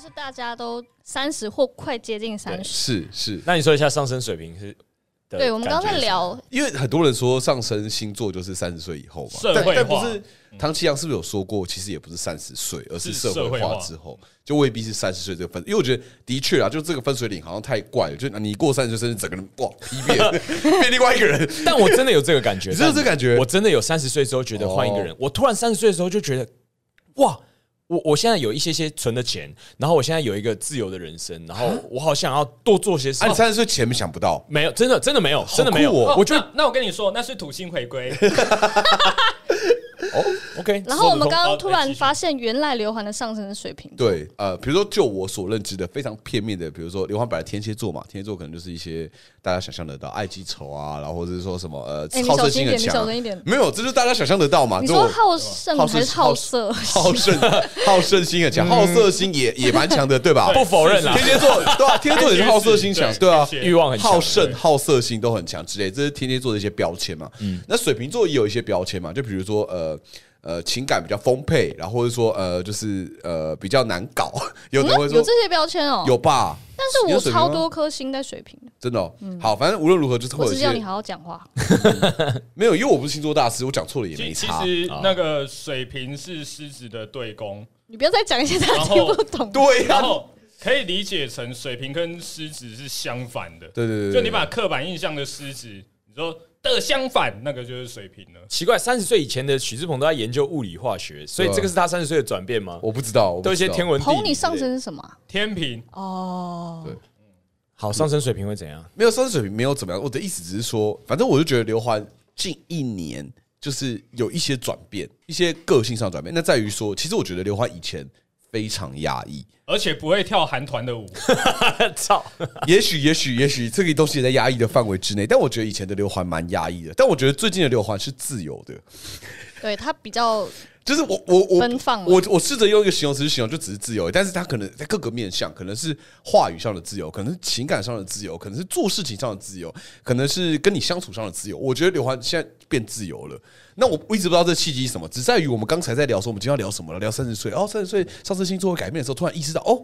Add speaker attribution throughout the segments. Speaker 1: 是大家都三十或快接近三十。
Speaker 2: 是是，
Speaker 3: 那你说一下上升水平是？的
Speaker 1: 对，我们刚
Speaker 3: 感觉
Speaker 1: 才
Speaker 3: 是
Speaker 1: 聊
Speaker 2: 因为很多人说上升星座就是三十岁以后嘛，
Speaker 4: 社
Speaker 2: 但
Speaker 4: 会
Speaker 2: 但不
Speaker 4: 化
Speaker 2: 是唐奇阳是不是有说过，其实也不是三十岁，而是
Speaker 4: 是
Speaker 2: 社
Speaker 4: 社
Speaker 2: 会
Speaker 4: 会
Speaker 2: 化
Speaker 4: 化
Speaker 2: 之后，就未必是三十岁这个分。因为我觉得的确啊，就这个分水岭好像太怪了，就你过三十岁，甚至整个人哇劈变变另外一个人。
Speaker 3: 但我真的有这个感觉，
Speaker 2: 你真的有这个感觉哦
Speaker 3: 但我真的有三十岁之后觉得换一个人，我突然三十岁的时候就觉得，哇，我我现在有一些些存的钱，然后我现在有一个自由的人生，然后我好想要多做些什
Speaker 2: 啊啊，你
Speaker 3: 么。
Speaker 2: 三十岁前想不到，
Speaker 3: 没有，真的真的没有，真的没有。
Speaker 2: 酷哦
Speaker 3: 我觉得
Speaker 4: 得那我跟你说，那是土星回 归，
Speaker 3: 哦，OK。
Speaker 1: 然后我们刚
Speaker 4: 好
Speaker 1: 刚
Speaker 3: 哦哎
Speaker 1: 突
Speaker 4: 来继
Speaker 1: 然
Speaker 4: 续
Speaker 1: 发现，原来刘涵的上升水平，
Speaker 2: 对，呃，比如说就我所认知的非常片面的，比如说刘欢本来天蝎座嘛，天蝎座可能就是一些大家想象得到爱记仇啊，然后或者是说什么呃
Speaker 1: 哎你
Speaker 2: 好
Speaker 1: 小
Speaker 2: 胜
Speaker 1: 心
Speaker 2: 心
Speaker 1: 一
Speaker 2: 很
Speaker 1: 点你
Speaker 2: 强
Speaker 1: 小
Speaker 2: 啊，
Speaker 1: 心一点
Speaker 2: 没有，这就是大家想象得到嘛。
Speaker 1: 你
Speaker 2: 啊这
Speaker 1: 说
Speaker 2: 我
Speaker 1: 好胜
Speaker 2: 好
Speaker 1: 还
Speaker 2: 胜
Speaker 1: 是好色？
Speaker 2: 好胜好胜心很强，好色心也也蛮强的，对吧？
Speaker 3: 嗯 不否认啦
Speaker 2: 天，蝎座对啊，天蝎座也是好色心 强，对啊。
Speaker 3: 欲望很强
Speaker 2: 好胜、好色心都很强之类，这是天蝎座的一些标签嘛。
Speaker 3: 嗯
Speaker 2: 那水瓶座也有一些标签嘛，就比如说呃呃情感比较丰沛，然后或者说呃就是呃比较难搞， 有的人会
Speaker 1: 嗯，
Speaker 2: 说
Speaker 1: 有这些标签哦。
Speaker 2: 有吧？
Speaker 1: 但是
Speaker 2: 有
Speaker 1: 我
Speaker 2: 水平吗
Speaker 1: 超多颗星在水平的，
Speaker 2: 真的、哦好，反正无论如何就是会
Speaker 1: 我
Speaker 2: 有
Speaker 1: 只
Speaker 2: 一
Speaker 1: 是要你
Speaker 2: 些
Speaker 1: 好好讲话。
Speaker 2: 没有，因为我不是星座大师，我讲错了也没
Speaker 4: 其其
Speaker 2: 差。啊
Speaker 4: 实那个水瓶是狮子的对宫，
Speaker 1: 你不要再讲一些他
Speaker 4: 然后
Speaker 1: 听不懂。
Speaker 2: 对呀、
Speaker 4: 然后可以理解成水瓶跟狮子是相反的。
Speaker 2: 对对对对
Speaker 4: 就你把刻板印象的狮子，你说的相反，那个就是水瓶了。
Speaker 3: 奇怪，三十岁以前的许志鹏都在研究物理化学，所以
Speaker 2: 对啊
Speaker 3: 这个是他三十岁的转变吗？
Speaker 2: 我不知道，我不知
Speaker 3: 都
Speaker 2: 道
Speaker 3: 一些天文地理
Speaker 1: 捧你上升是什么啊？
Speaker 4: 天平
Speaker 1: 哦，
Speaker 3: 好上升水平会怎样？
Speaker 2: 没有三十水平没有怎么样，我的意思只是说，反正我就觉得刘欢近一年就是有一些转变，一些个性上的转变。那在于说，其实我觉得刘欢以前非常压抑，
Speaker 4: 而且不会跳韩团的舞，
Speaker 3: 操！
Speaker 2: 也许也许也许这个东西也在压抑的范围之内，但我觉得以前的刘欢蛮压抑的，但我觉得最近的刘欢是自由的。
Speaker 1: 对他比较
Speaker 2: 就是我我我
Speaker 1: 奔放了
Speaker 2: 我我试着用一个形容词去形容，就只是自由，但是他可能在各个面向，可能是话语上的自由，可能是情感上的自由，可能是做事情上的自由，可能是跟你相处上的自由。我觉得刘欢现在变自由了。那我我一直不知道这契机是什么，只在于我们刚才在聊说我们今天要聊什么了，聊三十岁，哦，三十岁上升星座会改变的时候，突然意识到，哦，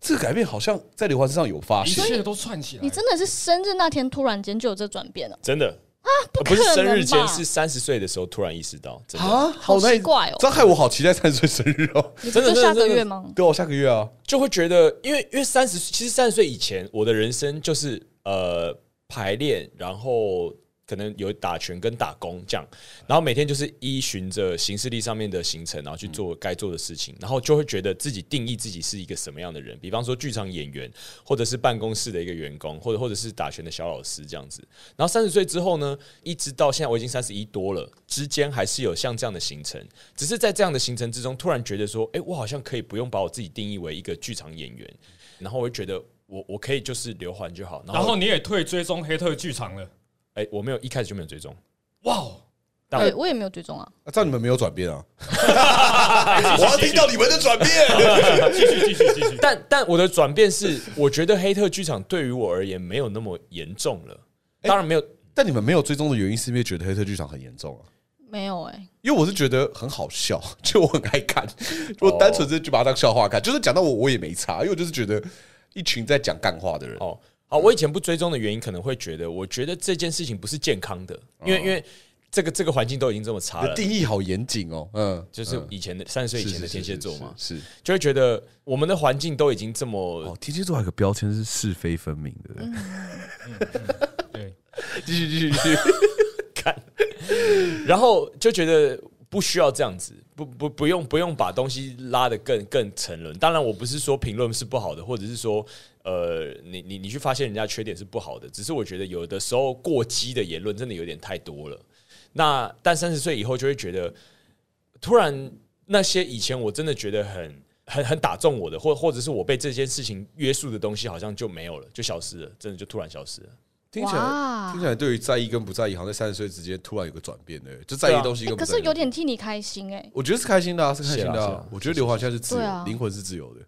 Speaker 2: 这个改变好像在刘欢身上有发
Speaker 4: 一
Speaker 2: 现。
Speaker 4: 切都串起来
Speaker 1: 你。真的是生日那天突然间就有这转变了，
Speaker 3: 真的啊，
Speaker 1: 不
Speaker 3: 不是
Speaker 1: 可能
Speaker 3: 生日前，
Speaker 1: 吧
Speaker 3: 是三十岁的时候突然意识到，真的，
Speaker 2: 啊，好
Speaker 1: 好
Speaker 2: 那
Speaker 1: 奇怪哦
Speaker 2: 这害我好期待三十岁生日哦！
Speaker 1: 你不
Speaker 3: 真
Speaker 1: 是
Speaker 3: 的真的
Speaker 1: 下个
Speaker 3: 真的
Speaker 1: 月吗？
Speaker 2: 对哦，下个月啊，
Speaker 3: 就会觉得，因为因为三十，其实三十岁以前，我的人生就是呃排练，然后可能有打拳跟打工这样，然后每天就是依循着行事历上面的行程，然后去做该做的事情，然后就会觉得自己定义自己是一个什么样的人，比方说剧场演员，或者是办公室的一个员工，或者或者是打拳的小老师这样子。然后三十岁之后呢，一直到现在我已经三十一多了，之间还是有像这样的行程，只是在这样的行程之中，突然觉得说，哎、我好像可以不用把我自己定义为一个剧场演员，然后我就觉得我我可以就是刘环就好，然
Speaker 4: 然
Speaker 3: 后
Speaker 4: 后你也退追踪黑特剧场了，
Speaker 3: 哎、我没有一开始就没有追踪，
Speaker 4: 哇哦！
Speaker 3: 大
Speaker 1: 对我也没有追踪啊，
Speaker 2: 那、这样你们没有转变啊？
Speaker 4: 我
Speaker 2: 我要听到你们的转变。
Speaker 4: 继续继续继续。
Speaker 3: 但但我的转变是，我觉得黑特剧场对于我而言没有那么严重了，当然没有。
Speaker 2: 但你们没有追踪的原因，是因为觉得黑特剧场很严重啊？
Speaker 1: 没有哎，
Speaker 2: 因为我是觉得很好笑， 就我很爱看，我单纯是就把它当笑话看。就是讲到我，我也没差，因为我就是觉得一群在讲干话的人。
Speaker 3: 哦，好，我以前不追踪的原因，可能会觉得，我觉得这件事情不是健康的，因为
Speaker 2: 哦
Speaker 3: 因为这个这个环境都已经这么差
Speaker 2: 你的
Speaker 3: 了，
Speaker 2: 定义好严谨哦，嗯，
Speaker 3: 就是以前的三十岁以
Speaker 2: 是
Speaker 3: 前的天蝎座嘛，
Speaker 2: 是是是
Speaker 3: 就会觉得我们的环境都已经这么
Speaker 2: 哦，天蝎座还有个标签是是非分明的。
Speaker 1: 嗯
Speaker 2: 嗯
Speaker 4: 对，
Speaker 2: 继续继续继续，
Speaker 3: 干，然后就觉得不需要这样子，不不不用不用把东西拉得更更沉沦。当然，我不是说评论是不好的，或者是说呃，你你你去发现人家缺点是不好的，只是我觉得有的时候过激的言论真的有点太多了。那但三十岁以后就会觉得，突然那些以前我真的觉得很。很很打中我的，或或者是我被这件事情约束的东西，好像就没有了，就消失了，真的就突然消失了。
Speaker 2: 听起来
Speaker 1: 哇
Speaker 2: 听起来对于在意跟不在意，好像在三十岁之间突然有个转变的，就在意
Speaker 3: 对
Speaker 2: 的
Speaker 3: 啊
Speaker 2: 东西
Speaker 1: 哎
Speaker 2: 跟不
Speaker 1: 可
Speaker 2: 在意
Speaker 1: 是
Speaker 2: 的
Speaker 1: 有点替你开心哎，
Speaker 2: 我觉得是开心的啊，是开心的
Speaker 3: 是啊是
Speaker 2: 啊
Speaker 3: 啊。
Speaker 2: 我觉得刘华现在是自
Speaker 1: 对啊
Speaker 2: 由，灵魂是自由的。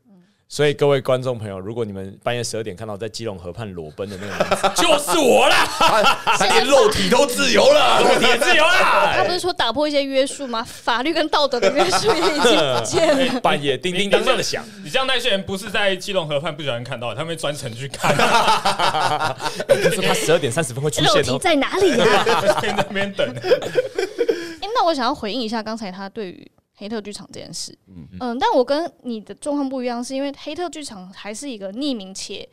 Speaker 3: 所以各位观众朋友，如果你们半夜十二点看到我在基隆河畔裸奔的那个男子，就是我啦，
Speaker 2: 他连肉体都自由了。
Speaker 3: 我也自由
Speaker 1: 他不
Speaker 3: 啦。
Speaker 1: 是说打破一些约束吗？法律跟道德的约束也已经不见了。
Speaker 3: 半夜叮叮当当的响，
Speaker 4: 你这样那些人不是在基隆河畔不小心看到，他们会专程去看，
Speaker 3: 不是他十二点三十分会 出
Speaker 1: 肉
Speaker 3: 现
Speaker 1: 体
Speaker 3: 哦。
Speaker 1: 在哪里啊 呀、
Speaker 4: 在那边等。
Speaker 1: 哎、那我想要回应一下刚才他对于黑特剧场这件事。嗯但我跟你的状况不一样，是因为黑特剧场还是一个匿名且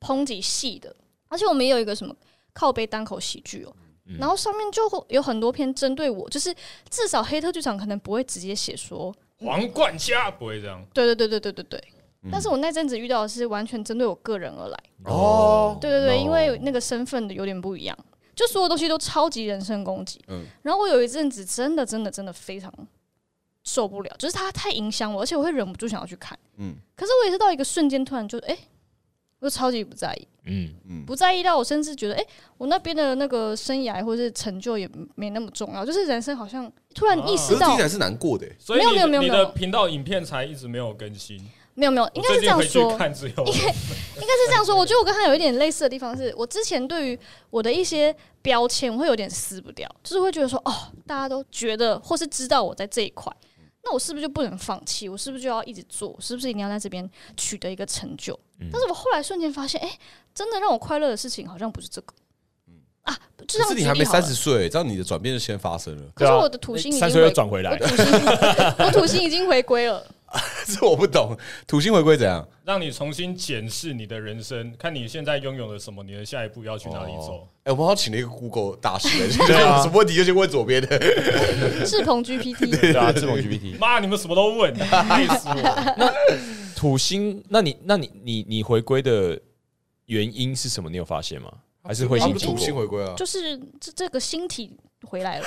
Speaker 1: 抨击系的，而且我们也有一个什么靠背单口喜剧哦、然后上面就会有很多篇针对我，就是至少黑特剧场可能不会直接写说，
Speaker 4: 皇冠虾不会这样，
Speaker 1: 对对对对对对对。但是我那阵子遇到的是完全针对我个人而来，
Speaker 2: 哦，
Speaker 1: 对对对，因为那个身份的有点不一样，就所有东西都超级人身攻击。
Speaker 2: 嗯
Speaker 1: 然后我有一阵子真的真的真的非常受不了，就是它太影响我，而且我会忍不住想要去看。
Speaker 2: 嗯
Speaker 1: 可是我也是到一个瞬间，突然就哎、诶我就超级不在意，
Speaker 3: 嗯，
Speaker 1: 不在意到我甚至觉得，哎、我那边的那个生涯或是成就也没那么重要，就是人生好像突然意
Speaker 2: 啊可
Speaker 1: 识
Speaker 2: 是听
Speaker 1: 到
Speaker 2: 起，来是难过的欸。
Speaker 4: 所以
Speaker 1: 没有
Speaker 4: 你
Speaker 1: 没有没有
Speaker 4: 你
Speaker 1: 没
Speaker 4: 的
Speaker 1: 有
Speaker 4: 频道影片才一直没有更新。
Speaker 1: 没有没有，应该是这样
Speaker 4: 我最近回
Speaker 1: 说
Speaker 4: 去，看只有
Speaker 1: 应该是这样说。我觉得我跟他有一点类似的地方是，我之前对于我的一些标签，我会有点撕不掉，就是会觉得说，哦，大家都觉得或是知道我在这一块，那我是不是就不能放弃？我是不是就要一直做？我是不是一定要在这边取得一个成就？
Speaker 3: 嗯
Speaker 1: 但是我后来瞬间发现，哎、真的让我快乐的事情好像不是这个，
Speaker 3: 嗯
Speaker 1: 啊，就
Speaker 2: 可
Speaker 1: 像
Speaker 2: 是你
Speaker 1: 举
Speaker 2: 还
Speaker 1: 例
Speaker 2: 没
Speaker 1: 好了
Speaker 2: 三十岁，这样你的转变就先发生了。
Speaker 1: 可
Speaker 3: 对
Speaker 1: 是
Speaker 3: 啊
Speaker 1: 我的土星已经
Speaker 3: 三岁
Speaker 1: 回
Speaker 3: 又，转回来
Speaker 1: 我，土星我土星已经回归了。
Speaker 2: 这我不懂，土星回归怎样？
Speaker 4: 让你重新检视你的人生，看你现在拥有了什么，你的下一步要去哪里走
Speaker 2: 哦。哎、我们好像请了一个 Google 大师 来，就是有什么问题就先问左边 的。
Speaker 1: 志鹏 GPT，
Speaker 3: 对啊，志鹏 GPT。
Speaker 4: 妈，你们什么都问，累死我！
Speaker 3: 土星，那你那你你你回归的原因是什么？你有发现吗？还是会
Speaker 2: 他
Speaker 3: 心
Speaker 2: 们
Speaker 3: 出
Speaker 2: 土星回归啊？
Speaker 1: 就是这这个星体回来了。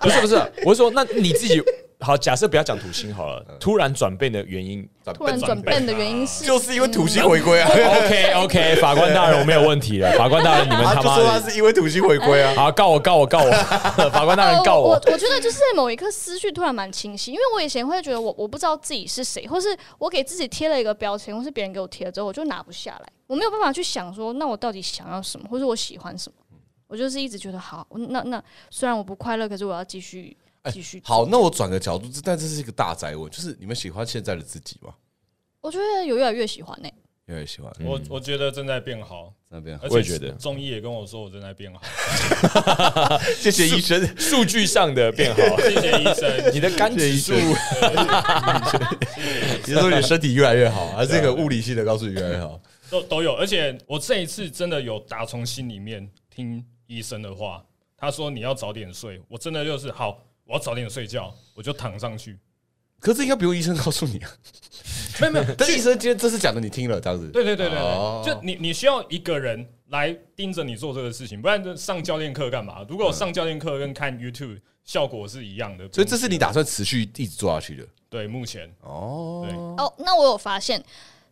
Speaker 3: 不是不是，我是说，那你自己好，假设不要讲土星好了，突然转变的原因。
Speaker 1: 突然转变嗯的原因是，
Speaker 2: 就是因为土星回归啊。
Speaker 3: OK OK，法官大人，我没有问题了。法官大人，你们
Speaker 2: 他
Speaker 3: 他
Speaker 2: 就
Speaker 3: 妈
Speaker 2: 说他
Speaker 3: 的，
Speaker 2: 是因为土星回归啊。
Speaker 3: 好告我告我告我，法官大
Speaker 1: 呃
Speaker 3: 人告
Speaker 1: 我
Speaker 3: 我。
Speaker 1: 我觉得就是在某一刻思绪突然蛮清晰，因为我以前会觉得我我不知道自己是谁，或是我给自己贴了一个标签，或是别人给我贴了之后，我就拿不下来，我没有办法去想说，那我到底想要什么，或是我喜欢什么。我就是一直觉得好，那那虽然我不快乐，可是我要继续继续、
Speaker 2: 好，，那我转个角度，这但这是一个大宅问，就是你们喜欢现在的自己吗？
Speaker 1: 我觉得有越来越喜欢呢、欸
Speaker 2: 越来越喜欢
Speaker 4: 我我觉得正在变好，
Speaker 2: 那边。
Speaker 4: 而
Speaker 3: 我也
Speaker 4: 且
Speaker 3: 觉得
Speaker 4: 中医也跟我说我正在变好，
Speaker 2: 谢谢医生，
Speaker 3: 数据上的变 好，
Speaker 4: 谢谢医 生。
Speaker 3: 你的肝指数
Speaker 2: 谢谢医你是说你身体越来越好，还是这个物理性的告诉你越来越好？
Speaker 4: 都都有，而且我这一次真的有打从心里面听医生的话，他说你要早点睡，我真的就是好，我要早点睡觉，我就躺上去。
Speaker 2: 可是应该不用医生告诉你啊。
Speaker 4: 没有没有，
Speaker 2: 但是医生今天这次讲的你听了，这样子。
Speaker 4: 对对对对对，
Speaker 2: 哦
Speaker 4: 就你你需要一个人来盯着你做这个事情，不然就上教练课干嘛？如果上教练课跟看 YouTube 效果是一样的，
Speaker 2: 所以这是你打算持续一直做下去的
Speaker 4: 对目前
Speaker 2: 哦。
Speaker 4: 对
Speaker 1: 哦，那我有发现，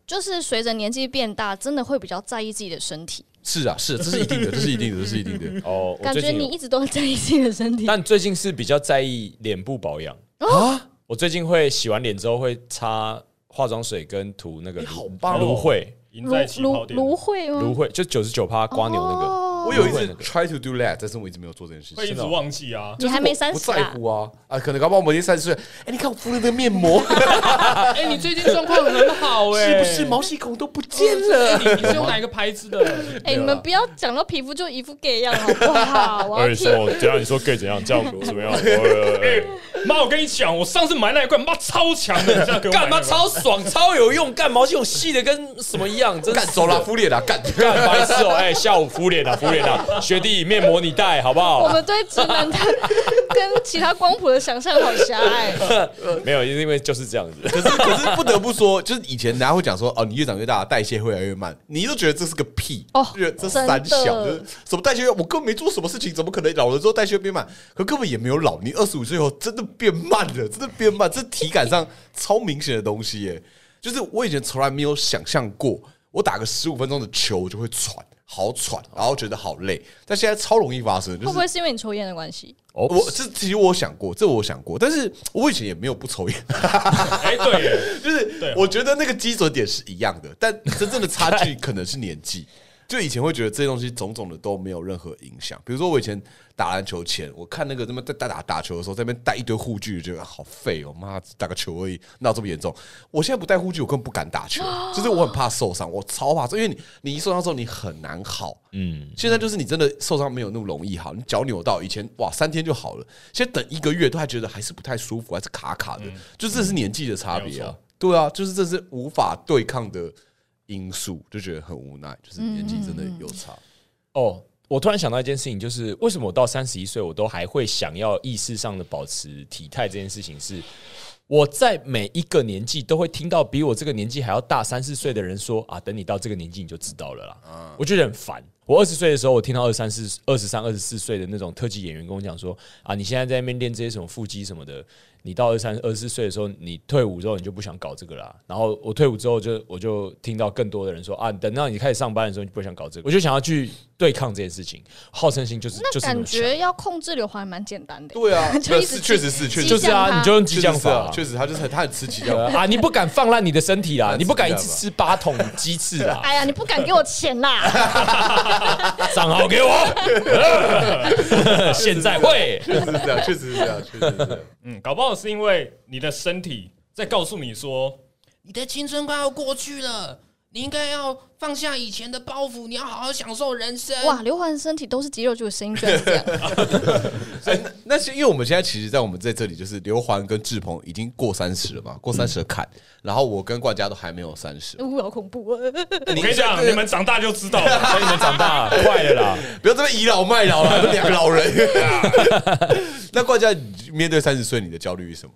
Speaker 1: 就是随着年纪变大，真的会比较在意自己的身体，
Speaker 2: 是啊，是啊，这是一定的，这是一定的，这是一定的。
Speaker 3: 哦。我
Speaker 1: 感
Speaker 3: 最
Speaker 1: 觉
Speaker 3: 近
Speaker 1: 你
Speaker 3: 有，
Speaker 1: 一直都很在意自己的身体。
Speaker 3: 但最近是比较在意脸部保养
Speaker 1: 哦
Speaker 3: 啊。我最近会洗完脸之后会擦化妆水跟涂那个
Speaker 2: 你好棒哦
Speaker 3: 芦荟，
Speaker 4: 赢
Speaker 1: 芦
Speaker 4: 在起跑
Speaker 1: 芦
Speaker 4: 点，
Speaker 1: 芦荟吗？
Speaker 3: 芦荟就九十九趴瓜牛那个。
Speaker 1: 哦
Speaker 2: 我有一次 try to do that，但是我一直没有做这件事情。
Speaker 4: 会一直忘记啊。
Speaker 1: 你还没三
Speaker 2: 不
Speaker 1: 十
Speaker 2: 在
Speaker 1: 啊？
Speaker 2: 乎啊啊！可能搞不好某天三十岁，哎，你看我敷了那个面膜，
Speaker 4: 哎，你最近状况很好欸
Speaker 2: 是不是毛细孔都不见了？
Speaker 4: 你你是用哪一个牌子的？
Speaker 1: 哎、你们不要讲到皮肤就一副 gay 样好不好？我要替
Speaker 3: 怎样？你说 gay 怎样？这样怎 么样？我
Speaker 4: 哎妈，我跟你讲，我上次买那一罐，妈超强的，你现在给我买
Speaker 3: 干嘛
Speaker 4: 那一罐
Speaker 3: 超爽、超有用？干毛细孔细的跟什么一样？真
Speaker 2: 干
Speaker 3: 是
Speaker 2: 走了，敷脸了，干！
Speaker 3: 干白痴哦！哎，下午敷脸啊，敷脸啊，学弟面膜你带好不
Speaker 1: 我
Speaker 3: 好？
Speaker 1: 们对直男的跟其他光谱的想象好狭隘。
Speaker 3: 没有，因为就是这样子。
Speaker 2: 可是可是不得不说，就是以前大家会讲说，哦，你越长越大，代谢会越来越慢，你都觉得这是个屁
Speaker 1: 哦
Speaker 2: 就觉得这
Speaker 1: 真的
Speaker 2: 三小，就是什么代谢越，我根本没做什么事情，怎么可能老了之后代谢会变慢？可根本也没有老，你二十五岁后真的变慢了，真的变慢，这体感上超明显的东西耶。就是我以前从来没有想象过，我打个十五分钟的球就会喘，好喘，然后觉得好累，但现在超容易发生，就
Speaker 1: 会
Speaker 2: 是
Speaker 1: 不会是因为你抽烟的关系？
Speaker 3: 哦
Speaker 2: 我这其实我想过，这我想过，但是我以前也没有不抽烟，
Speaker 4: 哎，对耶，
Speaker 2: 就是
Speaker 4: 对啊
Speaker 2: 我觉得那个基准点是一样的，但真正的差距可能是年 纪。就以前会觉得这些东西种种的都没有任何影响，比如说我以前打篮球前，我看那个他们在打打打球的时候，在那边带一堆护具，觉得好废哦，妈只打个球而已，哪有这么严重？我现在不带护具，我根本不敢打球，
Speaker 4: 啊
Speaker 2: 就是我很怕受伤，我超怕受，因为你你一受伤之后你很难好，嗯，现在就是你真的受伤没有那么容易好，你脚扭到以前哇三天就好了，现在等一个月都还觉得还是不太舒服，还是卡卡的，就这是年纪的差别
Speaker 4: 嗯没有
Speaker 2: 啊
Speaker 4: 错。
Speaker 2: 对啊，就是这是无法对抗的因素，就觉得很无奈，就是
Speaker 1: 嗯
Speaker 2: 年纪真的有差。
Speaker 3: 哦，我突然想到一件事情，就是为什么我到三十一岁，我都还会想要意识上的保持体态这件事情是。我在每一个年纪都会听到比我这个年纪还要大三四岁的人说啊，等你到这个年纪你就知道了啦。
Speaker 2: 啊
Speaker 3: 我觉得很烦。我二十岁的时候，我听到二三四、二十三、二十四岁的那种特技演员跟我讲说啊，你现在在那边练这些什么腹肌什么的，你到二三、二十四岁的时候，你退伍之后你就不想搞这个啦。然后我退伍之后就我就听到更多的人说啊，等到你开始上班的时候，你就不想搞这个，我就想要去对抗这件事情，好胜心就是就是
Speaker 1: 那
Speaker 3: 那么
Speaker 1: 感
Speaker 3: 强
Speaker 1: 觉要控制流还蛮简单的、，
Speaker 2: 对啊
Speaker 1: 就一直
Speaker 2: 是确实是
Speaker 1: 激
Speaker 2: 确实
Speaker 3: 就是
Speaker 1: 激将
Speaker 3: 啊，
Speaker 1: 它
Speaker 3: 你就用激
Speaker 2: 确
Speaker 3: 将
Speaker 2: 实是
Speaker 3: 法啊、
Speaker 2: 啊，确实他就是很他很吃激
Speaker 3: 呃
Speaker 2: 将，
Speaker 3: 啊，你不敢放烂你的身体 啦，
Speaker 2: 那
Speaker 3: 你不敢一
Speaker 2: 是
Speaker 3: 次
Speaker 2: 这样
Speaker 3: 吃八
Speaker 2: 吧
Speaker 3: 桶鸡翅啦，
Speaker 1: 哎呀，你不敢给我钱啦！
Speaker 3: 账号给我， 现在会。
Speaker 2: 确实是这样，确实是这样，确实是啊这样。
Speaker 4: 嗯，搞不好是因为你的身体在告诉你说，
Speaker 5: 你的青春快要过去了，你应该要放下以前的包袱，你要好好享受人生。
Speaker 1: 哇，刘环身体都是肌肉，就声音居然是这样。
Speaker 2: 哎，那那是因为我们现在其实，在我们在这里，就是刘环跟志鹏已经过三十了嘛，过三十的坎，然后我跟冠佳都还没有三十。
Speaker 1: 呜，好恐怖、啊！
Speaker 4: 我跟你讲，你们长大就知道了。
Speaker 3: 所以你们长大快了 啦，
Speaker 2: 不要这么倚老卖老了，都两个老人。 那冠佳你面对三十岁，你的焦虑是什么？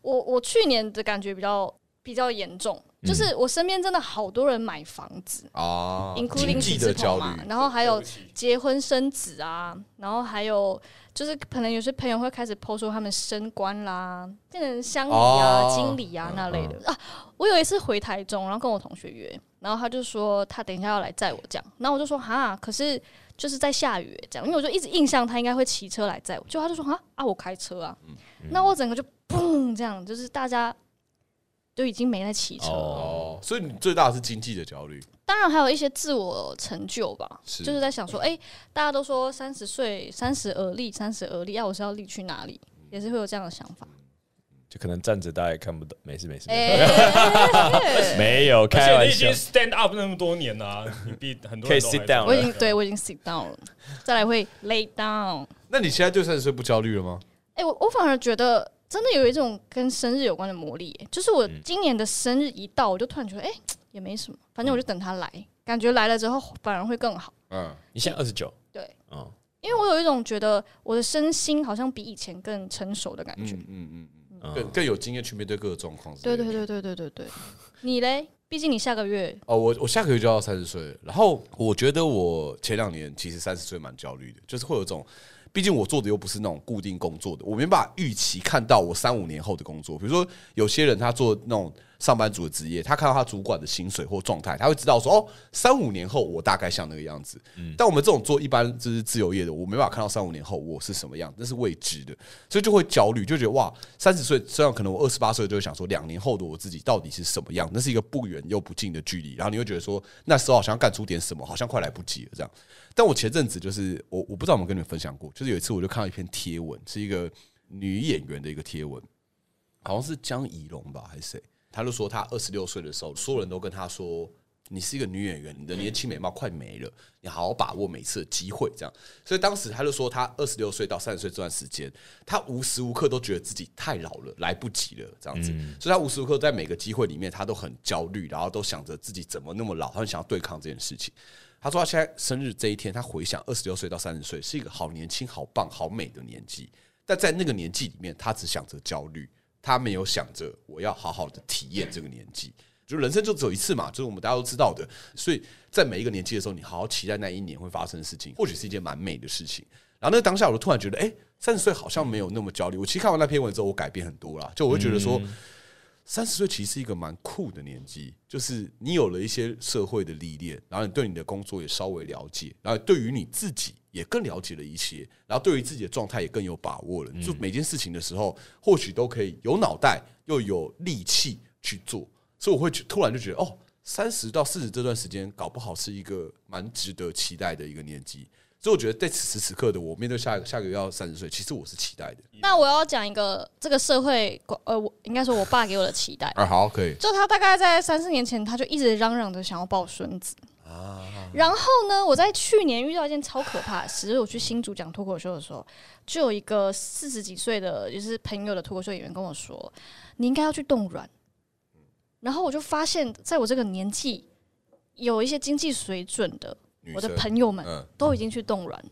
Speaker 1: 我我去年的感觉比较比较严重，就是我身边真的好多人买房子、
Speaker 2: 啊
Speaker 1: i n，c l u d i
Speaker 2: 经
Speaker 1: n
Speaker 2: 济
Speaker 1: g
Speaker 2: 的焦
Speaker 1: 嘛
Speaker 2: 虑，，
Speaker 1: 然后还有
Speaker 4: 对不起
Speaker 1: 结婚生子啊，然后还有就是可能有些朋友会开始抛出他们升官啦，变成乡里啊、
Speaker 2: 哦
Speaker 1: 经理啊那类的、啊。我有一次回台中，然后跟我同学约，然后他就说他等一下要来载我这样，然后我就说哈，可是就是在下雨这样，因为我就一直印象他应该会骑车来载我，就他就说哈啊我开车啊，
Speaker 2: 嗯
Speaker 1: 那我整个就砰这样，就是大家就已经没在骑车了。
Speaker 2: 哦，所以你最大的是经济的焦虑，
Speaker 1: 当然还有一些自我成就吧，
Speaker 2: 是嗯
Speaker 1: 就是在想说，哎、大家都说三十岁三十而立，三十而立，啊，我是要立去哪里？
Speaker 2: 嗯
Speaker 1: 也是会有这样的想法。
Speaker 3: 就可能站着大家也看不到，没事没事，
Speaker 1: 哎、
Speaker 3: 没有
Speaker 4: 而
Speaker 3: 开
Speaker 4: 且
Speaker 3: 玩
Speaker 4: 你已
Speaker 3: 笑
Speaker 4: 经，stand up 那么多年了啊，你比很多
Speaker 3: 可以
Speaker 4: 人都
Speaker 3: sit
Speaker 4: 还
Speaker 3: down
Speaker 1: 我已
Speaker 3: 了。
Speaker 1: 经对我已经 sit down 了，再来会 lay down。
Speaker 2: 那你现在对三十岁不焦虑了吗？
Speaker 1: 哎、我我反而觉得真的有一种跟生日有关的魔力、哎就是我
Speaker 2: 嗯
Speaker 1: 今年的生日一到，我就突然觉得，哎、也没什么，反正我就等他来，感觉来了之后反而会更好。
Speaker 2: 嗯，
Speaker 3: 你现在二十九，
Speaker 1: 对，
Speaker 2: 哦
Speaker 3: 嗯，
Speaker 1: 因为我有一种觉得我的身心好像比以前更成熟的感觉。
Speaker 2: 嗯嗯嗯，更更有经验去面对各个状况之
Speaker 1: 对
Speaker 2: 类的。
Speaker 1: 对对对对对对， 你嘞？毕竟你下个月
Speaker 2: 哦，我我下个月就要三十岁了，然后我觉得我前两年其实三十岁蛮焦虑的，就是会有一种，毕竟我做的又不是那种固定工作的，我没办法预期看到我三五年后的工作。比如说有些人他做那种上班族的职业，他看到他主管的薪水或状态，他会知道说哦，三五年后我大概像那个样子。但我们这种做一般就是自由业的，我没办法看到三五年后我是什么样，那是未知的，所以就会焦虑，就觉得哇，三十岁虽然可能我二十八岁就会想说两年后的我自己到底是什么样，那是一个不远又不近的距离，然后你会觉得说那时候好像干出点什么，好像快来不及了这样。但我前阵子就是我我不知道有没有跟你们分享过，就是有一次我就看到一篇贴文，是一个女演员的一个贴文，好像是江怡蓉吧还是谁，她就说她二十六岁的时候，所有人都跟她说。你是一个女演员，你的年轻美貌快没了，你好好把握每次的机会，这样。所以当时她就说，她二十六岁到三十岁这段时间，她无时无刻都觉得自己太老了，来不及了，这样子。所以她无时无刻在每个机会里面，她都很焦虑，然后都想着自己怎么那么老，她很想要对抗这件事情。他说他现在生日这一天，他回想二十六岁到三十岁是一个好年轻、好棒、好美的年纪，但在那个年纪里面，他只想着焦虑，他没有想着我要好好的体验这个年纪。就人生就只有一次嘛，就是我们大家都知道的，所以在每一个年纪的时候，你好好期待那一年会发生的事情，或许是一件蛮美的事情。然后那个当下，我就突然觉得，哎、三十岁好像没有那么焦虑。我其实看完那篇文之后，我改变很多啦，就我会觉得说，三十岁其实是一个蛮酷的年纪，就是你有了一些社会的历练，然后你对你的工作也稍微了解，然后对于你自己也更了解了一些，然后对于自己的状态也更有把握了。就每件事情的时候，或许都可以有脑袋又有力气去做，所以我会觉突然就觉得，哦，三十到四十这段时间，搞不好是一个蛮值得期待的一个年纪。所以我觉得在此时此刻的我，面对下一个下个月要三十岁，其实我是期待的。
Speaker 1: 那我要讲一个这个社会，呃，我应该说我爸给我的期待，
Speaker 2: 啊，好，可 以。
Speaker 1: 就他大概在三四年前，他就一直嚷嚷着想要抱孙子。
Speaker 2: 啊
Speaker 1: 然后呢，我在去年遇到一件超可怕的事，就是我去新竹讲脱口秀的时候，就有一个四十几岁的，就是朋友的脱口秀演员跟我说：“你应该要去冻卵。”然后我就发现，在我这个年纪，有一些经济水准的
Speaker 2: 女
Speaker 1: 我的
Speaker 2: 生
Speaker 1: 朋友们
Speaker 2: 嗯
Speaker 1: 都已经去冻卵。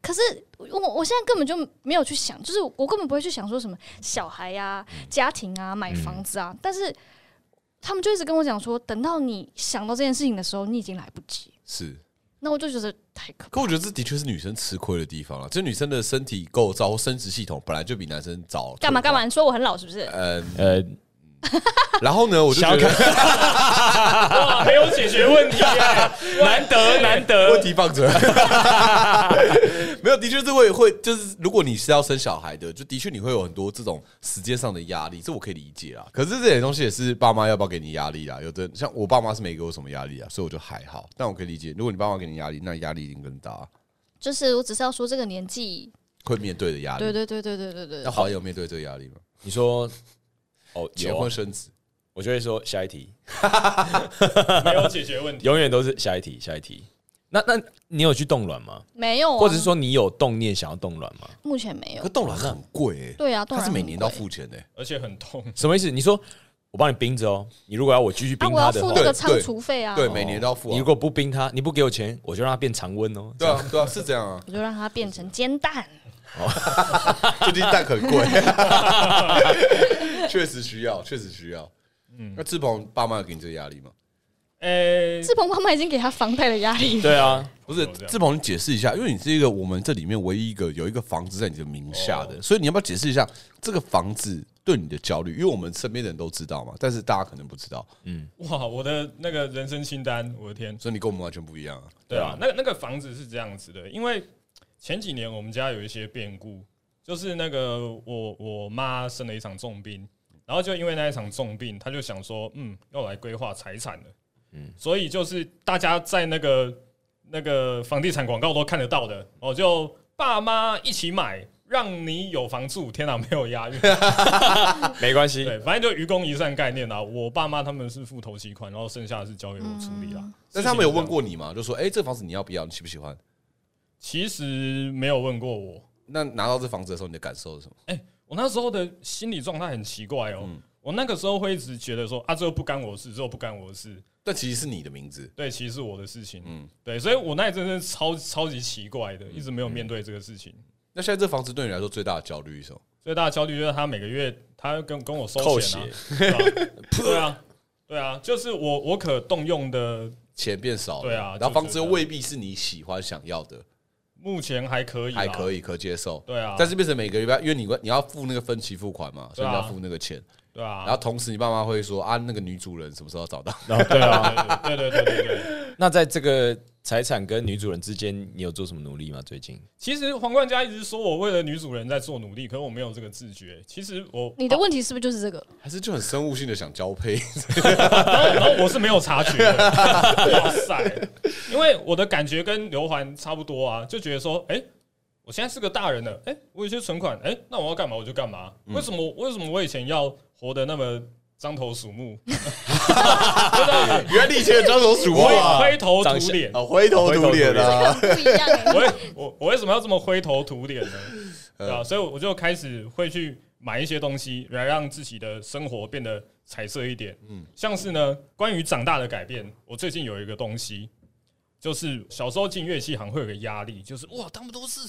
Speaker 1: 可是我我现在根本就没有去想，就是我根本不会去想说什么小孩呀、家庭啊、买房子啊。但是他们就一直跟我讲说，等到你想到这件事情的时候，你已经来不及。
Speaker 2: 是。
Speaker 1: 那我就觉得太可怕。
Speaker 2: 可我觉得这的确是女生吃亏的地方了，就女生的身体构造或生殖系统本来就比男生早。
Speaker 1: 干嘛干？嘛？你说我很老是不是？
Speaker 2: 呃，
Speaker 3: 呃，
Speaker 2: 然后呢，我就觉
Speaker 3: 想
Speaker 2: 得
Speaker 4: 哇，没有解决问题耶，
Speaker 3: 难得难
Speaker 2: 问
Speaker 3: 得，
Speaker 2: 题放着，没有，的确是会会就是，如果你是要生小孩的，就的确你会有很多这种时间上的压力，这我可以理解啦。可是这些东西也是爸妈要不要给你压力啦？啊有的像我爸妈是没给我什么压力啊，所以我就还好。但我可以理解，如果你爸妈给你压力，那压力一定更大，啊
Speaker 1: 就是我只是要说这个年纪，
Speaker 2: 会面对的压力。哦
Speaker 1: 对对对对对对对
Speaker 2: 那华友面对这个压力吗？
Speaker 3: 你说哦，
Speaker 2: 结
Speaker 3: 有啊
Speaker 2: 婚生子，
Speaker 3: 我就会说下一题，
Speaker 4: 没有解决问题。
Speaker 3: 永远都是下一题，下一题。那那你有去冻卵吗？
Speaker 1: 没有、啊，
Speaker 3: 或者是说你有动念想要冻卵吗？
Speaker 1: 目前没有
Speaker 2: 可。冻卵很贵欸
Speaker 1: 呃对啊，冻
Speaker 2: 它
Speaker 1: 卵
Speaker 2: 是每
Speaker 1: 很
Speaker 2: 年
Speaker 1: 贵
Speaker 2: 都要付钱的欸。
Speaker 4: 而且很痛，
Speaker 3: 什么意思？你说我帮你冰着哦，你如果要我继续
Speaker 1: 啊，
Speaker 3: 冰
Speaker 1: 我
Speaker 3: 他
Speaker 1: 要
Speaker 3: 的
Speaker 1: 付
Speaker 3: 话，
Speaker 1: 那个
Speaker 2: 对
Speaker 1: 仓
Speaker 2: 对
Speaker 1: 储费啊，，
Speaker 2: 对，每年都要付啊。
Speaker 3: 你如果不冰它，你不给我钱，我就让它变常温哦。
Speaker 2: 对啊，对啊，是这样啊
Speaker 1: 我就让它变成煎蛋。
Speaker 2: 最近蛋很贵， 确实需要，确实需要。嗯，那志鹏爸妈有给你这个压力吗？
Speaker 4: 诶、
Speaker 1: 志鹏妈妈已经给他房贷的压力了，
Speaker 3: 对啊，
Speaker 2: 不是
Speaker 4: 有这，样
Speaker 2: 志鹏，你解释一下，因为你是一个我们这里面唯一一个有一个房子在你的名下的，所以你要不要解释一下这个房子对你的焦虑？因为我们身边的人都知道嘛，但是大家可能不知道，
Speaker 4: 哇，我的那个人生清单，我的天，
Speaker 2: 所以你跟我们完全不一样啊。
Speaker 4: 对啊，那个那个房子是这样子的，因为前几年我们家有一些变故，就是那个我我妈生了一场重病，然后就因为那一场重病，她就想说，嗯，要来规划财产了，嗯，所以就是大家在那个那个房地产广告都看得到的，哦，就爸妈一起买。让你有房住，天哪，没有押 韵。
Speaker 3: 没关系。
Speaker 4: 对，反正就愚公移山概念啦。我爸妈他们是付头期款，然后剩下的是交给我处理啦。
Speaker 2: 但是他们有问过你吗？就说，哎，这个房子你要不要？你喜不喜欢？
Speaker 4: 其实没有问过我，
Speaker 2: 那拿到这房子的时候，你的感受是什么？
Speaker 4: 哎、我那时候的心理状态很奇怪哦、我那个时候会一直觉得说啊，这个不干我的事，这个不干我的事，
Speaker 2: 但其实是你的名字，
Speaker 4: 对，其实是我的事情，嗯，对，所以我那一阵真的超超级奇怪的，一直没有面对这个事情。
Speaker 2: 那现在这房子对你来说最大的焦虑是什么？
Speaker 4: 最大的焦虑就是他每个月他跟跟我收
Speaker 3: 扣
Speaker 4: 钱啊
Speaker 3: 血，
Speaker 4: 对啊对啊，对啊，就是我我可动用的
Speaker 2: 钱变少了，
Speaker 4: 对啊
Speaker 2: 然后房子又
Speaker 4: 就这样
Speaker 2: 未必是你喜欢想要的，
Speaker 4: 目前还可以，
Speaker 2: 还可
Speaker 4: 以，
Speaker 2: 以可接受，
Speaker 4: 啊对啊
Speaker 2: 但是变成每个礼拜，因为你你要付那个分期付款嘛，所
Speaker 4: 对
Speaker 2: 以
Speaker 4: 啊
Speaker 2: 你要付那个钱，
Speaker 4: 对啊，
Speaker 2: 然后同时你爸妈会说啊，那个女主人什么时候找到？
Speaker 3: 然后对啊，
Speaker 4: 对对对对对对。
Speaker 3: 那在这个财产跟女主人之间，你有做什么努力吗？最近
Speaker 4: 其实皇冠家一直说我为了女主人在做努力，可是我没有这个自觉。其实我
Speaker 1: 你的问题是不是就是这个？
Speaker 2: 还是就很生物性的想交配？
Speaker 4: 然后然后我是没有察觉的，哇塞！因为我的感觉跟刘环差不多啊，就觉得说，哎、我现在是个大人了，哎、我有些存款，哎、那我要干嘛我就干嘛。为什么为什么我以前要活得那么獐头鼠目，
Speaker 2: 原来你以前有装手鼠
Speaker 4: 灰
Speaker 2: 啊，
Speaker 4: 灰头
Speaker 3: 长
Speaker 4: 土
Speaker 3: 相
Speaker 4: 脸？
Speaker 2: 啊，灰头土脸 啊，
Speaker 1: 不一样欸
Speaker 4: 我为我我为什么要这么灰头土脸呢？
Speaker 2: 呃
Speaker 4: 对啊，所以我就开始会去买一些东西，来让自己的生活变得彩色一点。嗯，像是呢，关于长大的改变，我最近有一个东西，就是小时候进乐器行会有个压力，就是
Speaker 5: 哇，他们都是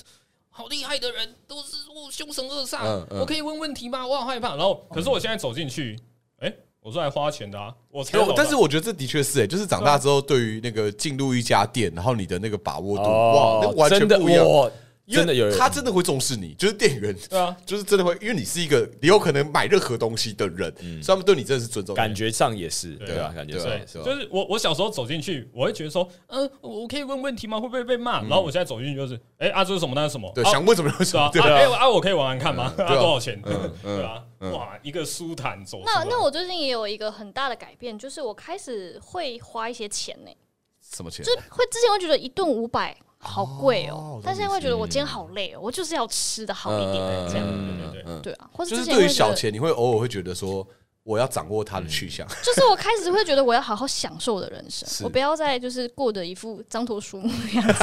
Speaker 5: 好厉害的人，都是哦凶神恶煞。
Speaker 2: 嗯嗯
Speaker 5: 我
Speaker 4: 我可以问问题吗？我好害怕。然后，可是我现在走进去，哎、我是来花钱的啊，我才
Speaker 2: 哎
Speaker 4: 有
Speaker 2: 我
Speaker 4: 的
Speaker 2: 但是我觉得这的确是哎、就是长
Speaker 4: 啊
Speaker 2: 大之后对于那个进入一家店，然后你的那个把握度，
Speaker 3: 哦
Speaker 2: 哇，那完全
Speaker 3: 真的
Speaker 2: 不一样。
Speaker 3: 我
Speaker 2: 因为
Speaker 3: 真的有人
Speaker 2: 他真的会重视你，就是店员，
Speaker 4: 对啊，
Speaker 2: 就是真的会，因为你是一个你有可能买任何东西的人，
Speaker 4: 嗯
Speaker 2: 所以他们对你真的是尊重。
Speaker 3: 感觉上也是，对吧、
Speaker 2: 啊
Speaker 3: 感觉上
Speaker 2: 对啊
Speaker 4: 对，
Speaker 2: 是吧
Speaker 4: 就是我我小时候走进去，我会觉得说，嗯、我我可以问问题吗？会不会被骂？然后我现在走进去就是，哎、啊，这是什么？那是什么？
Speaker 2: 嗯对，
Speaker 4: 啊
Speaker 2: 想问什么就
Speaker 4: 是
Speaker 2: 什
Speaker 3: 哦
Speaker 4: 啊
Speaker 2: 么，， 对
Speaker 4: 啊，
Speaker 2: 吧
Speaker 4: 哎、啊，我可以玩玩看吗？
Speaker 2: 嗯对啊
Speaker 4: 啊，多少钱？
Speaker 2: 嗯嗯
Speaker 4: 对啊，哇，一个舒坦走出来。
Speaker 1: 那那我最近也有一个很大的改变，就是我开始会花一些钱呢、
Speaker 2: 什么钱
Speaker 1: 就？是会之前会觉得一顿五百好贵、
Speaker 2: 哦
Speaker 1: 哦，但现在会觉得我今天好累哦，我就是要吃的好一点
Speaker 2: 嗯
Speaker 1: 这样，
Speaker 4: 对对对，
Speaker 1: 对啊，或者
Speaker 2: 就
Speaker 1: 之
Speaker 2: 是
Speaker 1: 前
Speaker 2: 对
Speaker 1: 会
Speaker 2: 于
Speaker 1: 觉
Speaker 2: 小
Speaker 1: 得，
Speaker 2: 钱，你会偶尔会觉得说，我要掌握它的去向。
Speaker 1: 就是我开始会觉得我要好好享受我的人生
Speaker 2: 是，
Speaker 1: 我不要再就是过得一副獐头鼠目的样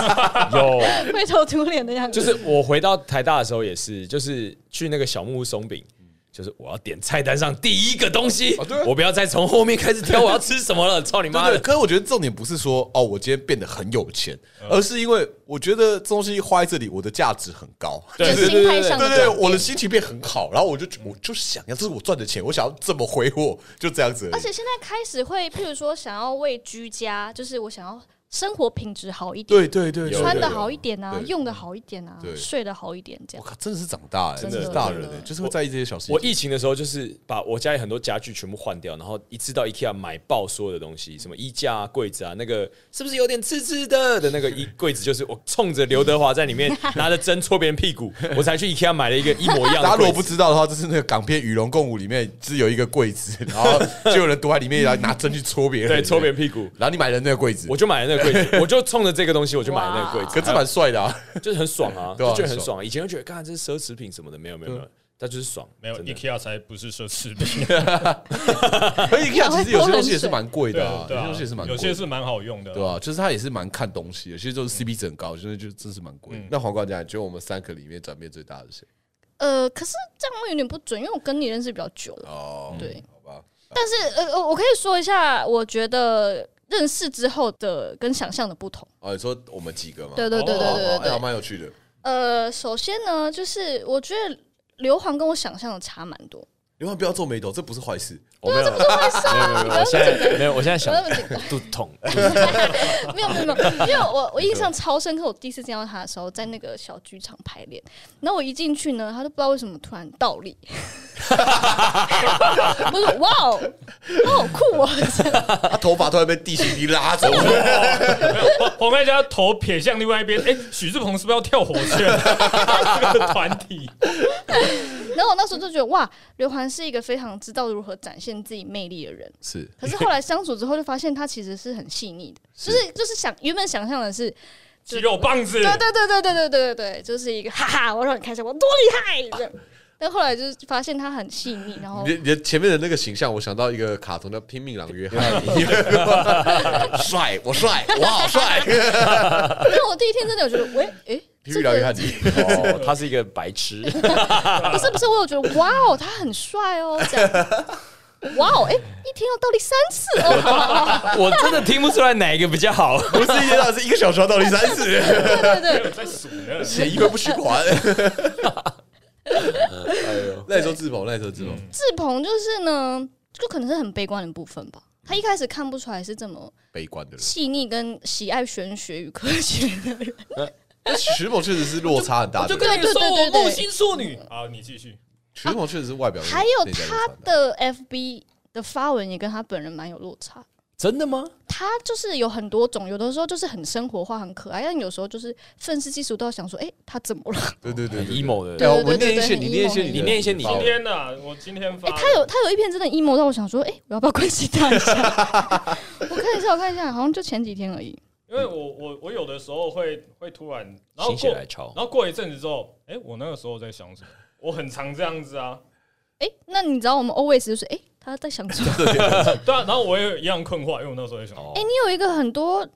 Speaker 3: 有。
Speaker 1: 子，灰头土脸的样子，
Speaker 3: 就是我回到台大的时候也是，就是去那个小木屋松饼，就是我要点菜单上第一个东西，
Speaker 2: 嗯哦对啊
Speaker 3: 我不要再从后面开始挑我要吃什么了，操你妈
Speaker 2: 对对，
Speaker 3: 的！
Speaker 2: 可是我觉得重点不是说哦，我今天变得很有钱，
Speaker 3: 嗯
Speaker 2: 而是因为我觉得这东西花在这里，我的价值很高。
Speaker 1: 就
Speaker 3: 对
Speaker 1: 是
Speaker 3: 对
Speaker 1: 心态
Speaker 3: 对
Speaker 1: 上
Speaker 2: 对
Speaker 1: 的
Speaker 2: 对，
Speaker 1: 转变
Speaker 2: 我的心情变很好，然后我就我就是想要，这是我赚的钱，我想要怎么挥霍，就这样子而
Speaker 1: 而
Speaker 2: 已。
Speaker 1: 且现在开始会，譬如说想要为居家，就是我想要生活品质好一点，
Speaker 2: 对对对，
Speaker 3: 有
Speaker 1: 穿
Speaker 2: 对
Speaker 1: 的好一点啊
Speaker 2: 对，
Speaker 1: 用的好一点啊
Speaker 2: 对，
Speaker 1: 睡的好一点，这
Speaker 2: 我
Speaker 1: 样。
Speaker 2: 靠，真的是长大哎，
Speaker 1: 真
Speaker 2: 真
Speaker 1: 的
Speaker 2: 的是大人
Speaker 1: 真
Speaker 2: 哎，
Speaker 1: 的
Speaker 2: 就是会在意这些小事情。
Speaker 3: 我疫情的时候就是把我家里很多家具全部换掉，然后一次到 IKEA 买爆所有的东西，什么衣架啊、柜子啊，那个是不是有点刺刺的的那个衣柜子，就是我冲着刘德华在里面拿着针戳别人屁 股，我才去 IKEA 买了一个一模一样
Speaker 2: 大
Speaker 3: 的
Speaker 2: 家如
Speaker 3: 柜子。
Speaker 2: 果不知道的话，就是那个港片《与龙共舞》里面是有一个柜子， 然后就有人躲在里面，然后拿针去戳别人，
Speaker 3: 对，戳别人屁股，
Speaker 2: 然后你买了那个柜子，
Speaker 3: 我就买了那个柜子， 我就冲着这个东西我就买了那个柜子。
Speaker 2: 可是蛮帅的啊。
Speaker 3: 就是很爽啊，
Speaker 2: 对啊
Speaker 3: 就觉得很
Speaker 2: 很
Speaker 3: 爽。以前就觉得，看这是奢侈品什么的，没有没有没有，但就是爽，啊
Speaker 4: 没有
Speaker 3: 真的
Speaker 4: IKEA 才不是奢侈品，
Speaker 2: 可以看，其实有些东西也是蛮贵
Speaker 4: 对
Speaker 2: 的啊，，
Speaker 4: 啊对
Speaker 2: 有些
Speaker 4: 啊，
Speaker 2: 东西也是蛮贵
Speaker 4: 有
Speaker 2: 的
Speaker 4: 些是蛮好用的，
Speaker 2: 对吧、啊就是他也是蛮看东西的，其实就是 CP 值很高，就是就真是蛮贵的。那黄瓜讲，你觉得我们三个里面转变最大的是谁？
Speaker 1: 呃，可是这样会有点不准，因为我跟你认识比较久了。
Speaker 2: 哦，
Speaker 1: 对，
Speaker 2: 好吧，
Speaker 1: 但是呃呃，我可以说一下，我觉得认识之后的跟想象的不同。
Speaker 2: 哦，你说我们几个嘛？
Speaker 1: 对对对对
Speaker 2: 哦
Speaker 1: 对对
Speaker 2: 哎还
Speaker 1: 对。
Speaker 2: 蛮有趣的。
Speaker 1: 呃，首先呢，就是我觉得刘皇跟我想象的差蛮多，
Speaker 2: 刘汉不要皱眉头，这不是坏事。
Speaker 3: 我
Speaker 1: 啊
Speaker 3: 没有，没有没有，没有，我现在没有，我现在想
Speaker 1: 不要紧
Speaker 3: 肚子痛，
Speaker 1: 没有没有没有，因为我我印象超深刻，我第一次见到他的时候，在那个小剧场排练，然后我一进去呢，他都不知道为什么突然倒立，我说哇哦，他好酷哦，
Speaker 2: 他头发突然被地心力拉走，
Speaker 4: 黄黄盖家头撇向另外一边，哎、许志鹏是不是要跳火圈？这个团体，
Speaker 1: 然后我那时候就觉得哇，刘环是一个非常知道如何展现自己魅力的人，
Speaker 2: 是
Speaker 1: 可是后来相处之后就发现他其实是很细腻的，就是就是想原本想象的是。
Speaker 4: 肌肉棒子，
Speaker 1: 对对对对对对对对对，就是一个哈哈，我让你开心，我多厉害这样。但后来就是发现他很细腻，然后
Speaker 2: 你的你的前面的那个形象，我想到一个卡通叫《拼命狼约翰》，帅，我帅，我好帅，《
Speaker 1: 因为我第一天真的有觉得， 喂，诶，
Speaker 2: 拼
Speaker 1: 这
Speaker 2: 命狼约
Speaker 1: 个
Speaker 2: 翰》里。
Speaker 3: 哦，他是一个白痴，
Speaker 1: 不是不是，我有觉得，哇哦，他很帅哦，这样，哇哦，诶，一天要倒立三次哦， 好好好
Speaker 3: 我真的听不出来哪一个比较好。
Speaker 2: 不是一天到晚是一个小时要到第三次，
Speaker 1: 对对对，
Speaker 4: 在数呢。
Speaker 2: 前一个不循环。哎呦，那你说志鹏，那你说志鹏，
Speaker 1: 志鹏就是呢，就可能是很悲观的部分吧。他一开始看不出来是这么
Speaker 2: 悲观的人。
Speaker 1: 细腻跟喜爱玄学与科学的 人，
Speaker 2: 徐某确实是落差很大的
Speaker 4: 就
Speaker 2: 人，
Speaker 4: 跟你
Speaker 1: 对对
Speaker 4: 说，我
Speaker 1: 对对对
Speaker 4: 木星处女。好，你继续。
Speaker 2: 徐某确实是外表
Speaker 1: 啊还有他的 FB 的发文也跟他本人蛮有落差。
Speaker 3: 真的吗？
Speaker 1: 他就是有很多种，有的时候就是很生活化、很可爱，但有时候就是愤世嫉俗到想说，哎、他怎么了？
Speaker 2: 对对对
Speaker 3: 很 emo 的
Speaker 2: 对，哦
Speaker 1: 对
Speaker 2: 我们
Speaker 1: 对
Speaker 2: 念一
Speaker 1: 对
Speaker 2: 些，
Speaker 1: 对
Speaker 2: 你
Speaker 1: 很
Speaker 2: 念一
Speaker 1: emo，
Speaker 2: 些，
Speaker 1: 很
Speaker 2: 你
Speaker 3: emo 念一些你
Speaker 4: 今
Speaker 3: 好
Speaker 4: 天呢、我今天发
Speaker 1: 哎、
Speaker 4: 的，
Speaker 1: 他有他有一篇真的 emo 到我想说，哎、我要不要关心他一下？我看一下，我看一下，好像就前几天而已。
Speaker 4: 因为我我我有的时候会会突然，然后
Speaker 3: 心血
Speaker 4: 过
Speaker 3: 来潮
Speaker 4: 然，后过一阵子之后，哎、我那个时候在想什么？我很常这样子啊，
Speaker 1: 哎、那你知道我们 always 就是，哎、他在想什么？
Speaker 4: 对啊，然后我也一样困惑，因为我那时候在想、
Speaker 3: 哦
Speaker 1: 哎、你有一个很多，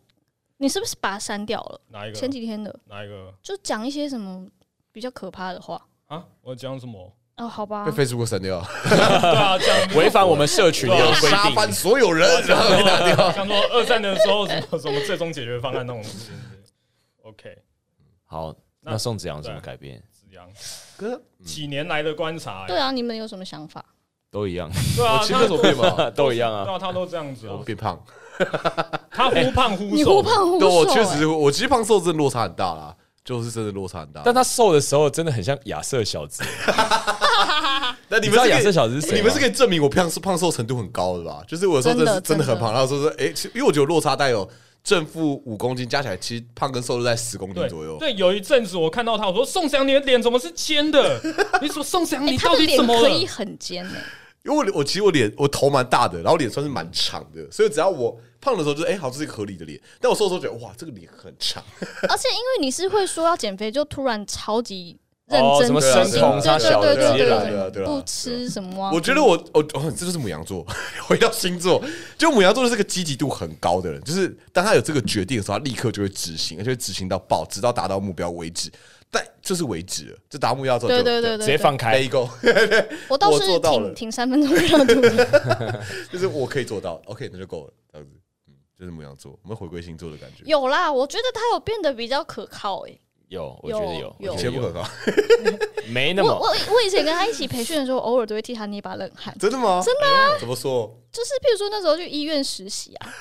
Speaker 1: 你是不是把它删掉了？
Speaker 4: 哪一个
Speaker 1: 前几天的，
Speaker 4: 哪一个
Speaker 1: 就讲一些什么比较可怕的话。
Speaker 4: 啊？我讲什么？
Speaker 1: 哦，好吧
Speaker 2: 被，Facebook 删掉，
Speaker 4: 对 啊，讲
Speaker 3: 违反我们社群的规
Speaker 2: 杀翻
Speaker 3: 定，
Speaker 2: 所有人，然后给他掉。
Speaker 4: 像说二战的时候什么什么最终解决方案那种事情。OK，
Speaker 3: 好。
Speaker 4: 那
Speaker 3: 那宋子阳有什么改变？
Speaker 4: 子阳
Speaker 2: 可是
Speaker 4: 几年来的观察、
Speaker 1: 对
Speaker 4: 欸，
Speaker 1: 啊，你们有什么想法？
Speaker 3: 都一样，
Speaker 4: 对啊，
Speaker 2: 我前面怎么变嘛？
Speaker 3: 都一样
Speaker 4: 他对
Speaker 3: 啊。
Speaker 4: 啊，他都这样子
Speaker 2: 我
Speaker 4: 啊，
Speaker 2: 变胖，
Speaker 4: 他忽胖忽
Speaker 1: 你
Speaker 4: 瘦
Speaker 1: 忽，胖忽
Speaker 2: 对，我
Speaker 1: 瘦、
Speaker 2: 确
Speaker 1: 哎
Speaker 2: 实，我其实胖瘦真的落差很大啦。就是真的落差很大。
Speaker 3: 但他瘦的时候真的很像亚瑟小子，
Speaker 2: 但
Speaker 3: 你
Speaker 2: 你
Speaker 3: 知
Speaker 2: 们
Speaker 3: 道
Speaker 2: 是
Speaker 3: 亚
Speaker 2: 可以
Speaker 3: 瑟小子是谁
Speaker 2: 你们
Speaker 3: 吗
Speaker 2: 是可以证明我胖胖瘦程度很高的吧？就是我有时候真的是
Speaker 1: 真
Speaker 2: 真
Speaker 1: 的
Speaker 2: 的很胖，然后说是哎，其因为我觉得我落差带有正负五公斤，加起来其实胖跟瘦都在十公斤
Speaker 4: 对
Speaker 2: 左右。
Speaker 4: 对，有一阵子我看到他，我说宋翔，你的脸怎么是尖 的？你说宋翔，
Speaker 1: 哎，
Speaker 4: 你
Speaker 1: 他
Speaker 4: 到
Speaker 1: 的
Speaker 4: 底
Speaker 1: 脸
Speaker 4: 怎么
Speaker 1: 可以
Speaker 4: 了？
Speaker 1: 很尖诶，
Speaker 2: 因为我脸我其实我脸我头蛮大的，然后脸算是蛮长的，所以只要我胖的时候就是哎、好，这是一个合理的脸。但我瘦的时候觉得哇，这个脸很长，
Speaker 1: 而且因为你是会说要减肥，就突然超级认
Speaker 3: 哦
Speaker 1: 真
Speaker 3: 什么
Speaker 1: 执行
Speaker 2: 生酮
Speaker 1: 对
Speaker 2: 杀
Speaker 1: 对
Speaker 2: 小
Speaker 1: 对
Speaker 2: 的
Speaker 1: 对
Speaker 2: 直接
Speaker 1: 对
Speaker 2: 来
Speaker 1: 对
Speaker 2: 对啊
Speaker 1: 对
Speaker 2: 对啊
Speaker 1: 不
Speaker 2: 对啊
Speaker 1: 吃什么啊？
Speaker 2: 我觉得我我哦，这就是母羊座。 回到星座，就母羊座是个积极度很高的人，就是当他有这个决定的时候，他立刻就会执行，而且会执行到爆，直到达到目标为止。但就是为止了，就达到目标之后
Speaker 1: 对
Speaker 2: 就
Speaker 1: 对对对，
Speaker 3: 直接
Speaker 1: 对
Speaker 3: 放开
Speaker 4: 哎
Speaker 2: ，let。it go，
Speaker 1: 我倒
Speaker 2: 我
Speaker 1: 是
Speaker 2: 做到了
Speaker 1: 挺挺三分钟热度的，
Speaker 2: 就是我可以做到，OK，那就够了，这样子。嗯，就是母羊座，我们回归星座的感觉，
Speaker 1: 有啦，我觉得他有变得比较可靠欸诶、
Speaker 3: 有，我觉得有，
Speaker 1: 有
Speaker 3: 我觉
Speaker 2: 一切
Speaker 3: 得
Speaker 2: 不可靠，
Speaker 3: 没那
Speaker 1: 我
Speaker 3: 么
Speaker 1: 我我以前跟他一起培训的时候，偶尔都会替他捏把冷汗。
Speaker 2: 真的吗？真的、啊？怎么说？
Speaker 1: 就是譬如说那时候去医院实习啊，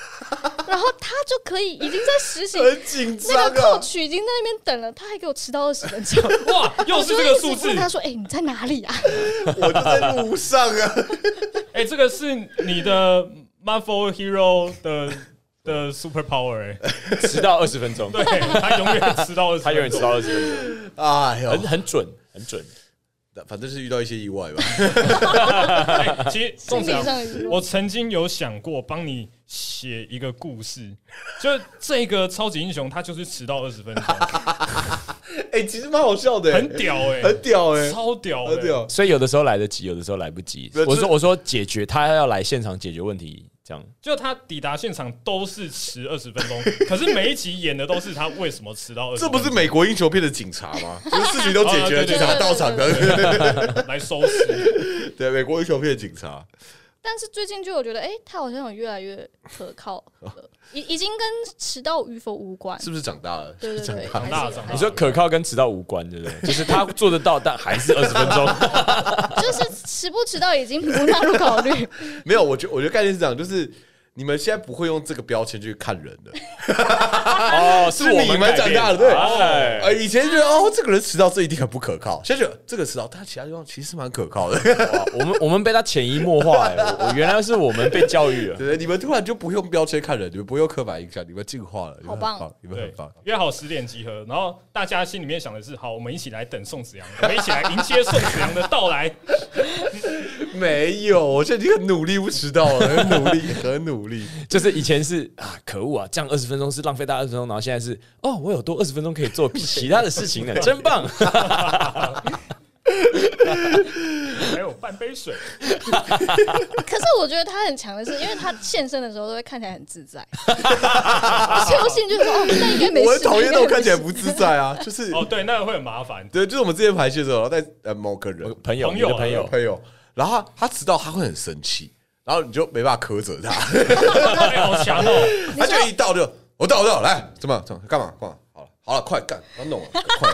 Speaker 1: 然后他就可以已经在实 习，
Speaker 2: 很紧张
Speaker 1: 那个
Speaker 2: 啊
Speaker 1: coach 已经在那边等了，他还给我迟到二十分钟。
Speaker 4: 哇，又是这
Speaker 1: 我
Speaker 4: 个
Speaker 1: 就一
Speaker 4: 数
Speaker 1: 直
Speaker 4: 字
Speaker 1: 问！他说：“哎、你在哪里啊
Speaker 2: 我就在路上啊，
Speaker 4: 哎、这个是你的 Marvel Hero 的的 Super Power 哎、
Speaker 3: 迟到二十分钟，
Speaker 4: 对他永远吃到，
Speaker 3: 他永远迟到二十分
Speaker 2: 哎
Speaker 3: 钟，
Speaker 2: 呦
Speaker 3: 很，很准，很准。
Speaker 2: 反正是遇到一些意 外吧。
Speaker 4: 哎 其实？”
Speaker 1: 心
Speaker 4: 宋
Speaker 1: 理
Speaker 4: 翔，
Speaker 1: 上也是
Speaker 4: 我曾经有想过帮你写一个故事，就这个超级英雄他就是迟到二 十分钟，
Speaker 2: 哎、其实蛮好笑的、
Speaker 4: 很屌哎、
Speaker 2: 很屌哎、
Speaker 4: 超屌、
Speaker 2: 很
Speaker 4: 欸，
Speaker 2: 屌。
Speaker 3: 所以有的时候来得及，有的时候来不及
Speaker 2: 没。有
Speaker 3: 我
Speaker 2: 就是
Speaker 3: 说我说解决，他要来现场解决问题，这样
Speaker 4: 就他抵达现场都是迟二十分钟，可是每一集演的都是他为什么迟到二十，
Speaker 2: 这不是美国英雄片的警察 吗？就是事情都解决
Speaker 4: 啊对对
Speaker 2: 了，
Speaker 4: 对
Speaker 2: 警察到场的。
Speaker 4: 来收拾，
Speaker 2: 对，美国英雄片的警察，
Speaker 1: 但是最近就我觉得，哎、他好像有越来越可靠了，已已经跟迟到与否无关。
Speaker 2: 是不是长大了？
Speaker 1: 对对对，
Speaker 4: 长大
Speaker 1: 还
Speaker 4: 了
Speaker 1: 是
Speaker 4: 长大了
Speaker 1: 还
Speaker 3: 你
Speaker 1: 是
Speaker 3: 说可靠跟迟到无关，对不 对？就是他做得到，但还是二十分钟。
Speaker 1: 就是迟不迟到已经不纳入考虑。
Speaker 2: 没有，我觉我觉得概念是这样，就是你们现在不会用这个标签去看人了。
Speaker 3: 哦，是我
Speaker 2: 是你们
Speaker 3: 改变
Speaker 2: 长 大了对
Speaker 3: 哎
Speaker 2: 呃，以前觉得哦，这个人迟到这一定很不可靠，现在觉得这个迟到，他其他地方其实蛮可靠的。
Speaker 3: 哇我们我们被他潜移默化、哎，我我原来是我们被教育了。
Speaker 2: 对对，你们突然就不用标签看人，你们不用刻板印象，你们进化了，你
Speaker 1: 好
Speaker 2: 们很
Speaker 1: 棒
Speaker 2: 棒，你们
Speaker 4: 对
Speaker 2: 很棒。，
Speaker 4: 约好十点集合，然后大家心里面想的是，好，我们一起来等宋子阳，我们一起来迎接宋子阳的到来。
Speaker 2: 没有，我现在已经很努力不迟到了，很努力，很 努力。
Speaker 3: 就是以前是啊，可恶啊，这样二十分钟是浪费大家二十分钟，然后现在是哦，我有多二十分钟可以做其他的事情呢，真 棒！
Speaker 4: 还有半杯水，
Speaker 1: 可是我觉得他很强的是，因为他现身的时候都会看起来很自 在，所以我心里就说：“哦，那应该没事。”
Speaker 2: 我很讨厌那种看起来
Speaker 1: 应该没
Speaker 2: 不自在啊，就是
Speaker 4: 哦，对，那个会很 麻烦。
Speaker 2: 对，就是我们之前排戏的时候，然后在呃某个人
Speaker 3: 朋友，
Speaker 4: 朋
Speaker 3: 你
Speaker 4: 友
Speaker 3: 的
Speaker 4: 啊
Speaker 3: 朋友，
Speaker 2: 朋友，然后他他迟到，他会很生气，然后你就没办法苛责他，
Speaker 4: 哎，好强哦！
Speaker 2: 他就一到就我到我到，来怎么怎么干嘛干嘛？好了好了，快干，不要弄了，快！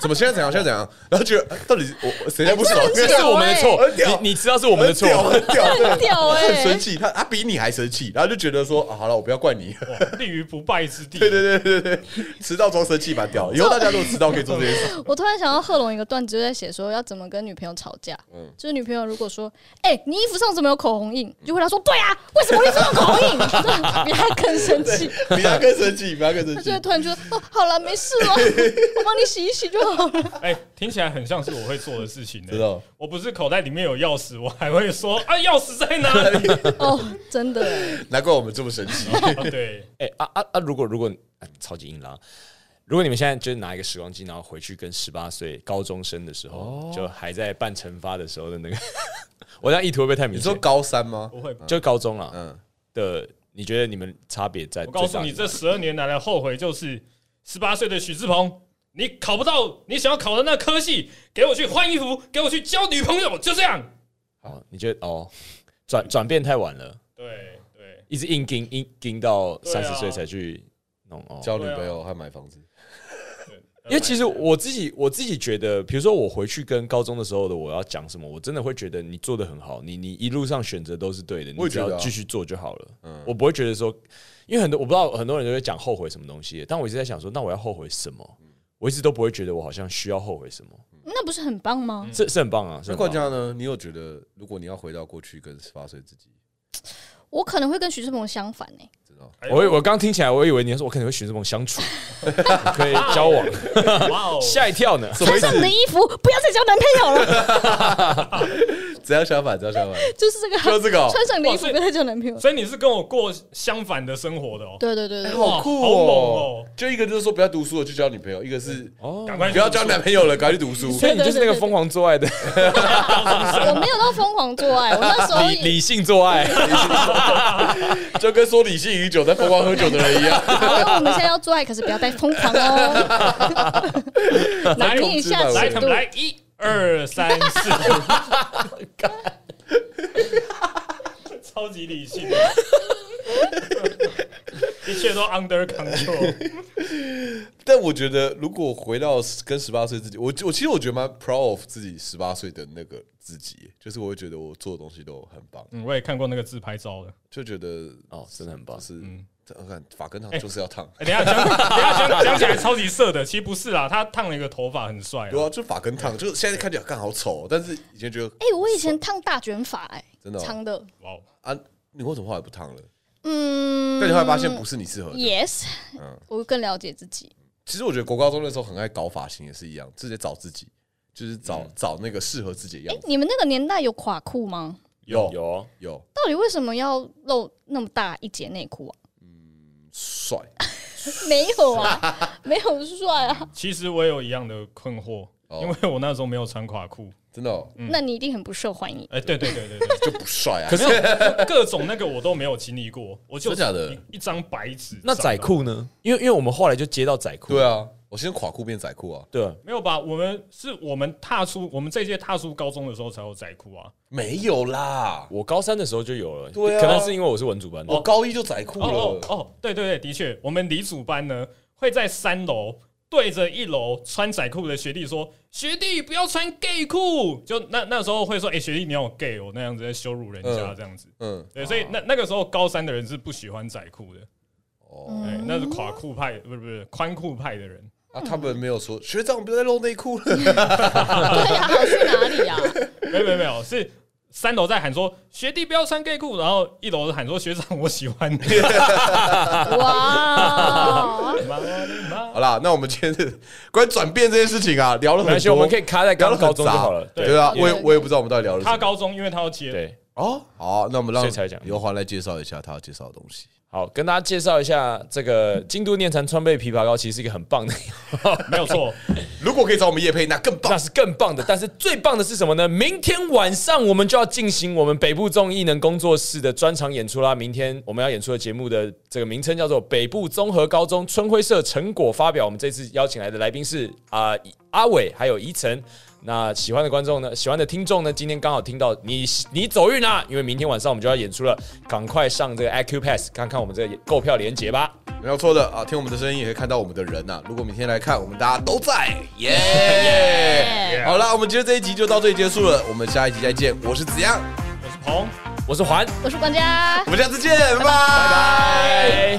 Speaker 2: 怎么现在怎样？现在怎样？然后觉得到底是我我谁在不爽？
Speaker 1: 这很
Speaker 3: 是我们的
Speaker 2: 很屌
Speaker 3: 错，你你知道是我们的错，
Speaker 2: 很屌，很屌，哎
Speaker 1: 很屌
Speaker 2: 对
Speaker 1: 欸
Speaker 2: 很生气，他他比你还生气，然后就觉得说啊，好了，我不要怪你。
Speaker 4: 哇立于不败之地。
Speaker 2: 对对对对对，迟到装生气蛮屌，以后大家都迟到可以做这件 事。
Speaker 1: 我突然想到贺龙一个段子，就在写说要怎么跟女朋友吵架。
Speaker 2: 嗯
Speaker 1: 就是女朋友如果说：“哎、你衣服上怎么有口红印？”你就回答说：“对啊，为什么我衣服上有口红印？” 这比他更生气。
Speaker 2: 比他更生气，比啊他更
Speaker 1: 他
Speaker 2: 生气
Speaker 1: 就会。突然觉得：“哦，好了，没事 了，我帮你洗一洗就好了。
Speaker 4: 哎，听起来很像是我会做的事情
Speaker 2: 知
Speaker 4: 的。
Speaker 2: 道，
Speaker 4: 我不是口袋里面有钥匙，我还会说啊，钥匙在哪 里？”
Speaker 1: 哦，真的欸，
Speaker 2: 难怪我们这么生 气。
Speaker 4: 啊对，
Speaker 3: 哎啊啊啊！如果如果、啊超级硬拉，如果你们现在就是拿一个时光机，然后回去跟十八岁高中生的时候，
Speaker 4: 哦
Speaker 3: 就还在办惩罚的时候的那个，我这样意图会不会太明
Speaker 2: 你说
Speaker 3: 显？
Speaker 2: 高三吗？
Speaker 4: 不会。
Speaker 3: 就高中了，
Speaker 2: 嗯，
Speaker 3: 的，你觉得你们差别在？
Speaker 4: 我告诉你，这十二年来的后悔就是十八岁的许志鹏。你考不到你想要考的那科系，给我去换衣服，给我去交女朋友，就这样。
Speaker 3: 哦，你觉得哦，转转变太晚了，
Speaker 4: 对对，
Speaker 3: 一直硬盯硬盯到
Speaker 4: 对啊
Speaker 3: 三十岁才去弄哦。
Speaker 2: 交女朋友还买房子，
Speaker 3: 因为其实我自己我自己觉得，比如说我回去跟高中的时候的我要讲什么，我真的会觉得你做的很好，你你一路上选择都是对的，
Speaker 2: 我
Speaker 3: 你
Speaker 2: 也
Speaker 3: 只
Speaker 2: 觉得啊
Speaker 3: 要
Speaker 2: 嗯
Speaker 3: 继续做就好了。我不会
Speaker 2: 嗯
Speaker 3: 觉得说，因为很多我不知道很多人都会讲后悔什么东西，但我一直在想说，那我要后悔什么？我一直都不会觉得我好像需要后悔什么，
Speaker 1: 那不是很棒吗？
Speaker 3: 是是很棒啊，是
Speaker 2: 那
Speaker 3: 很
Speaker 2: 冠
Speaker 3: 棒啊。
Speaker 2: 家呢？你有觉得，如果你要回到过去跟十八岁自己，
Speaker 1: 我可能会跟徐志鹏相反呢、欸
Speaker 2: 知道？
Speaker 3: 我以我刚听起来，我以为你要说我可能会选这种相处，可以交往，
Speaker 4: 哇哦，
Speaker 3: 吓一跳呢。
Speaker 1: 穿 上你的衣服，不要再交男朋友了，
Speaker 2: 只要相反，只要相反，
Speaker 1: 就是这个，
Speaker 2: 就是这个哦
Speaker 1: 穿上你的衣服，
Speaker 4: 哇所以
Speaker 1: 不要再交男朋友。
Speaker 4: 所以你是跟我过相反的生活的哦，
Speaker 1: 对对对对，
Speaker 2: 好酷
Speaker 4: 好猛
Speaker 2: 哦
Speaker 4: 哦！
Speaker 2: 就一个就是说不要读书了，去交女朋友；一个是
Speaker 3: 哦，
Speaker 4: 赶快
Speaker 2: 不要交男朋友了，赶快去读书。
Speaker 3: 所以你就是那个疯狂做爱的
Speaker 1: 我没有到疯狂做爱，我那 时候
Speaker 3: 理理性做爱，
Speaker 2: 就跟说理性饮酒、在疯狂喝酒的人一样。
Speaker 1: 好了，哦我们现在要做爱，可是不要太疯狂哦，拿捏一下
Speaker 4: 来，
Speaker 1: 尺
Speaker 4: 他
Speaker 1: 度
Speaker 4: 们。来一二三四，超级理性的，一切都 under control。
Speaker 2: 但我觉得，如果回到跟十八岁自己，我我其实我觉得蛮 proud of 自己十八岁的那个自己，就是我会觉得我做的东西都很棒，
Speaker 4: 嗯，我也看过那个自拍照的。
Speaker 2: 就觉得
Speaker 3: 哦，真的很棒
Speaker 2: 就。是。我看发根烫就是要烫，
Speaker 4: 哎，等一下讲，等一下讲讲起来超级色的，其实不是啦，他烫了一个头发很帅啊
Speaker 2: 对。啊，就发根烫，就是现在看起来看好丑哦，但是以前觉得
Speaker 1: 哎、我以前烫大卷发、哎，
Speaker 2: 真的哦
Speaker 1: 长的，
Speaker 4: 哇哦，
Speaker 2: 啊，你为什么后来不烫了？
Speaker 1: 嗯，
Speaker 2: 但你后来发现不是你适合的。
Speaker 1: ，yes，、我更了解自己，
Speaker 2: 其实我觉得国高中那时候很爱搞发型也是一样，直接找自己，就是找
Speaker 3: 嗯
Speaker 2: 找那个适合自己的样子。
Speaker 1: 你们那个年代有垮裤吗？
Speaker 2: 有啊
Speaker 3: 有哦
Speaker 2: 有
Speaker 1: 到底为什么要露那么大一截内裤啊？
Speaker 2: 帅，
Speaker 1: 没有啊，没有帅啊，
Speaker 4: 其实我也有一样的困惑，
Speaker 2: 哦
Speaker 4: 因为我那时候没有穿垮裤。
Speaker 2: 真的哦
Speaker 1: 那你一定很不受欢 迎。
Speaker 4: 哎，对对对对 对，
Speaker 2: 就不帅啊
Speaker 3: 嗯可。是
Speaker 4: 各种那个我都没有经历过，我就
Speaker 2: 真假的
Speaker 4: 一一张白纸。
Speaker 3: 那仔裤呢？因为因为我们后来就接到仔裤，
Speaker 2: 对啊，我先垮裤变窄裤啊，
Speaker 3: 对，
Speaker 4: 没有吧？我们是我们踏出我们这一届踏出高中的时候才有仔裤啊。
Speaker 2: 没有啦，
Speaker 3: 我高三的时候就有了，
Speaker 2: 对啊
Speaker 3: 可能是因为我是文主班的
Speaker 2: 我，高一就窄裤
Speaker 4: 哦哦
Speaker 2: 了。
Speaker 4: 哦，对对对，的确，我们李主班呢会在三楼对着一楼穿仔裤的学弟说：“学弟不要穿 gay 裤。”就那那时候会说：“哎、学弟你有 gay 哦，那样子在羞辱人家
Speaker 2: 嗯
Speaker 4: 这样子。
Speaker 2: 嗯，
Speaker 4: 对，所以那那个时候高三的人是不喜欢仔裤的，
Speaker 2: 哦，
Speaker 4: 哎、那是垮裤派，不是不是宽裤派的人。
Speaker 2: 啊，他们没有说学长不要再露内裤了，
Speaker 1: 对呀、啊，去哪里呀、
Speaker 4: 没有没有没有，是三楼在喊说学弟不要穿 gay 裤，然后一楼喊说学长我喜欢你。
Speaker 1: 啊？哇，
Speaker 4: 妈妈
Speaker 2: 好啦，那我们今天是关于转变这件事情啊，聊了
Speaker 3: 没关
Speaker 2: 很
Speaker 3: 系，
Speaker 2: 多，
Speaker 3: 我们可以卡在
Speaker 2: 聊
Speaker 3: 刚
Speaker 2: 了
Speaker 3: 高
Speaker 2: 很
Speaker 3: 中就
Speaker 2: 杂
Speaker 3: 好了。对
Speaker 2: 对啊，
Speaker 1: 对
Speaker 2: 我也
Speaker 1: 对
Speaker 2: 我也不知道我们到底聊了什
Speaker 4: 他
Speaker 2: 么。
Speaker 4: 高中因为他要接，
Speaker 3: 对，
Speaker 2: 哦，好，那我们
Speaker 3: 所
Speaker 2: 让
Speaker 3: 以才讲
Speaker 2: 刘华来介绍一下他要介绍的东西。
Speaker 3: 好，跟大家介绍一下这个京都念禅川贝枇杷膏，其实是一个很棒的，
Speaker 4: 没有错。
Speaker 2: 如果可以找我们叶配，那更棒
Speaker 3: 那。是更棒的。但是最棒的是什么呢？明天晚上我们就要进行我们北部综艺能工作室的专场演出啦。明天我们要演出的节目的这个名称叫做《北部综合高中春晖社成果发表》。我们这次邀请来的来宾是啊、阿伟还有怡晨。那喜欢的观众呢，喜欢的听众呢，今天刚好听到你你走运啦、啊因为明天晚上我们就要演出了，赶快上这个 IQ Pass 看看我们这个购票链接吧。
Speaker 2: 没有错的啊，听我们的声音也可以看到我们的人呐、如果明天来看，我们大家都在，耶、好啦，我们今天这一集就到这里结束了，我们下一集再见。我是子阳，
Speaker 4: 我是鹏。
Speaker 3: 我是环，
Speaker 1: 我是管家
Speaker 2: 我。们下次见，拜拜
Speaker 3: 拜。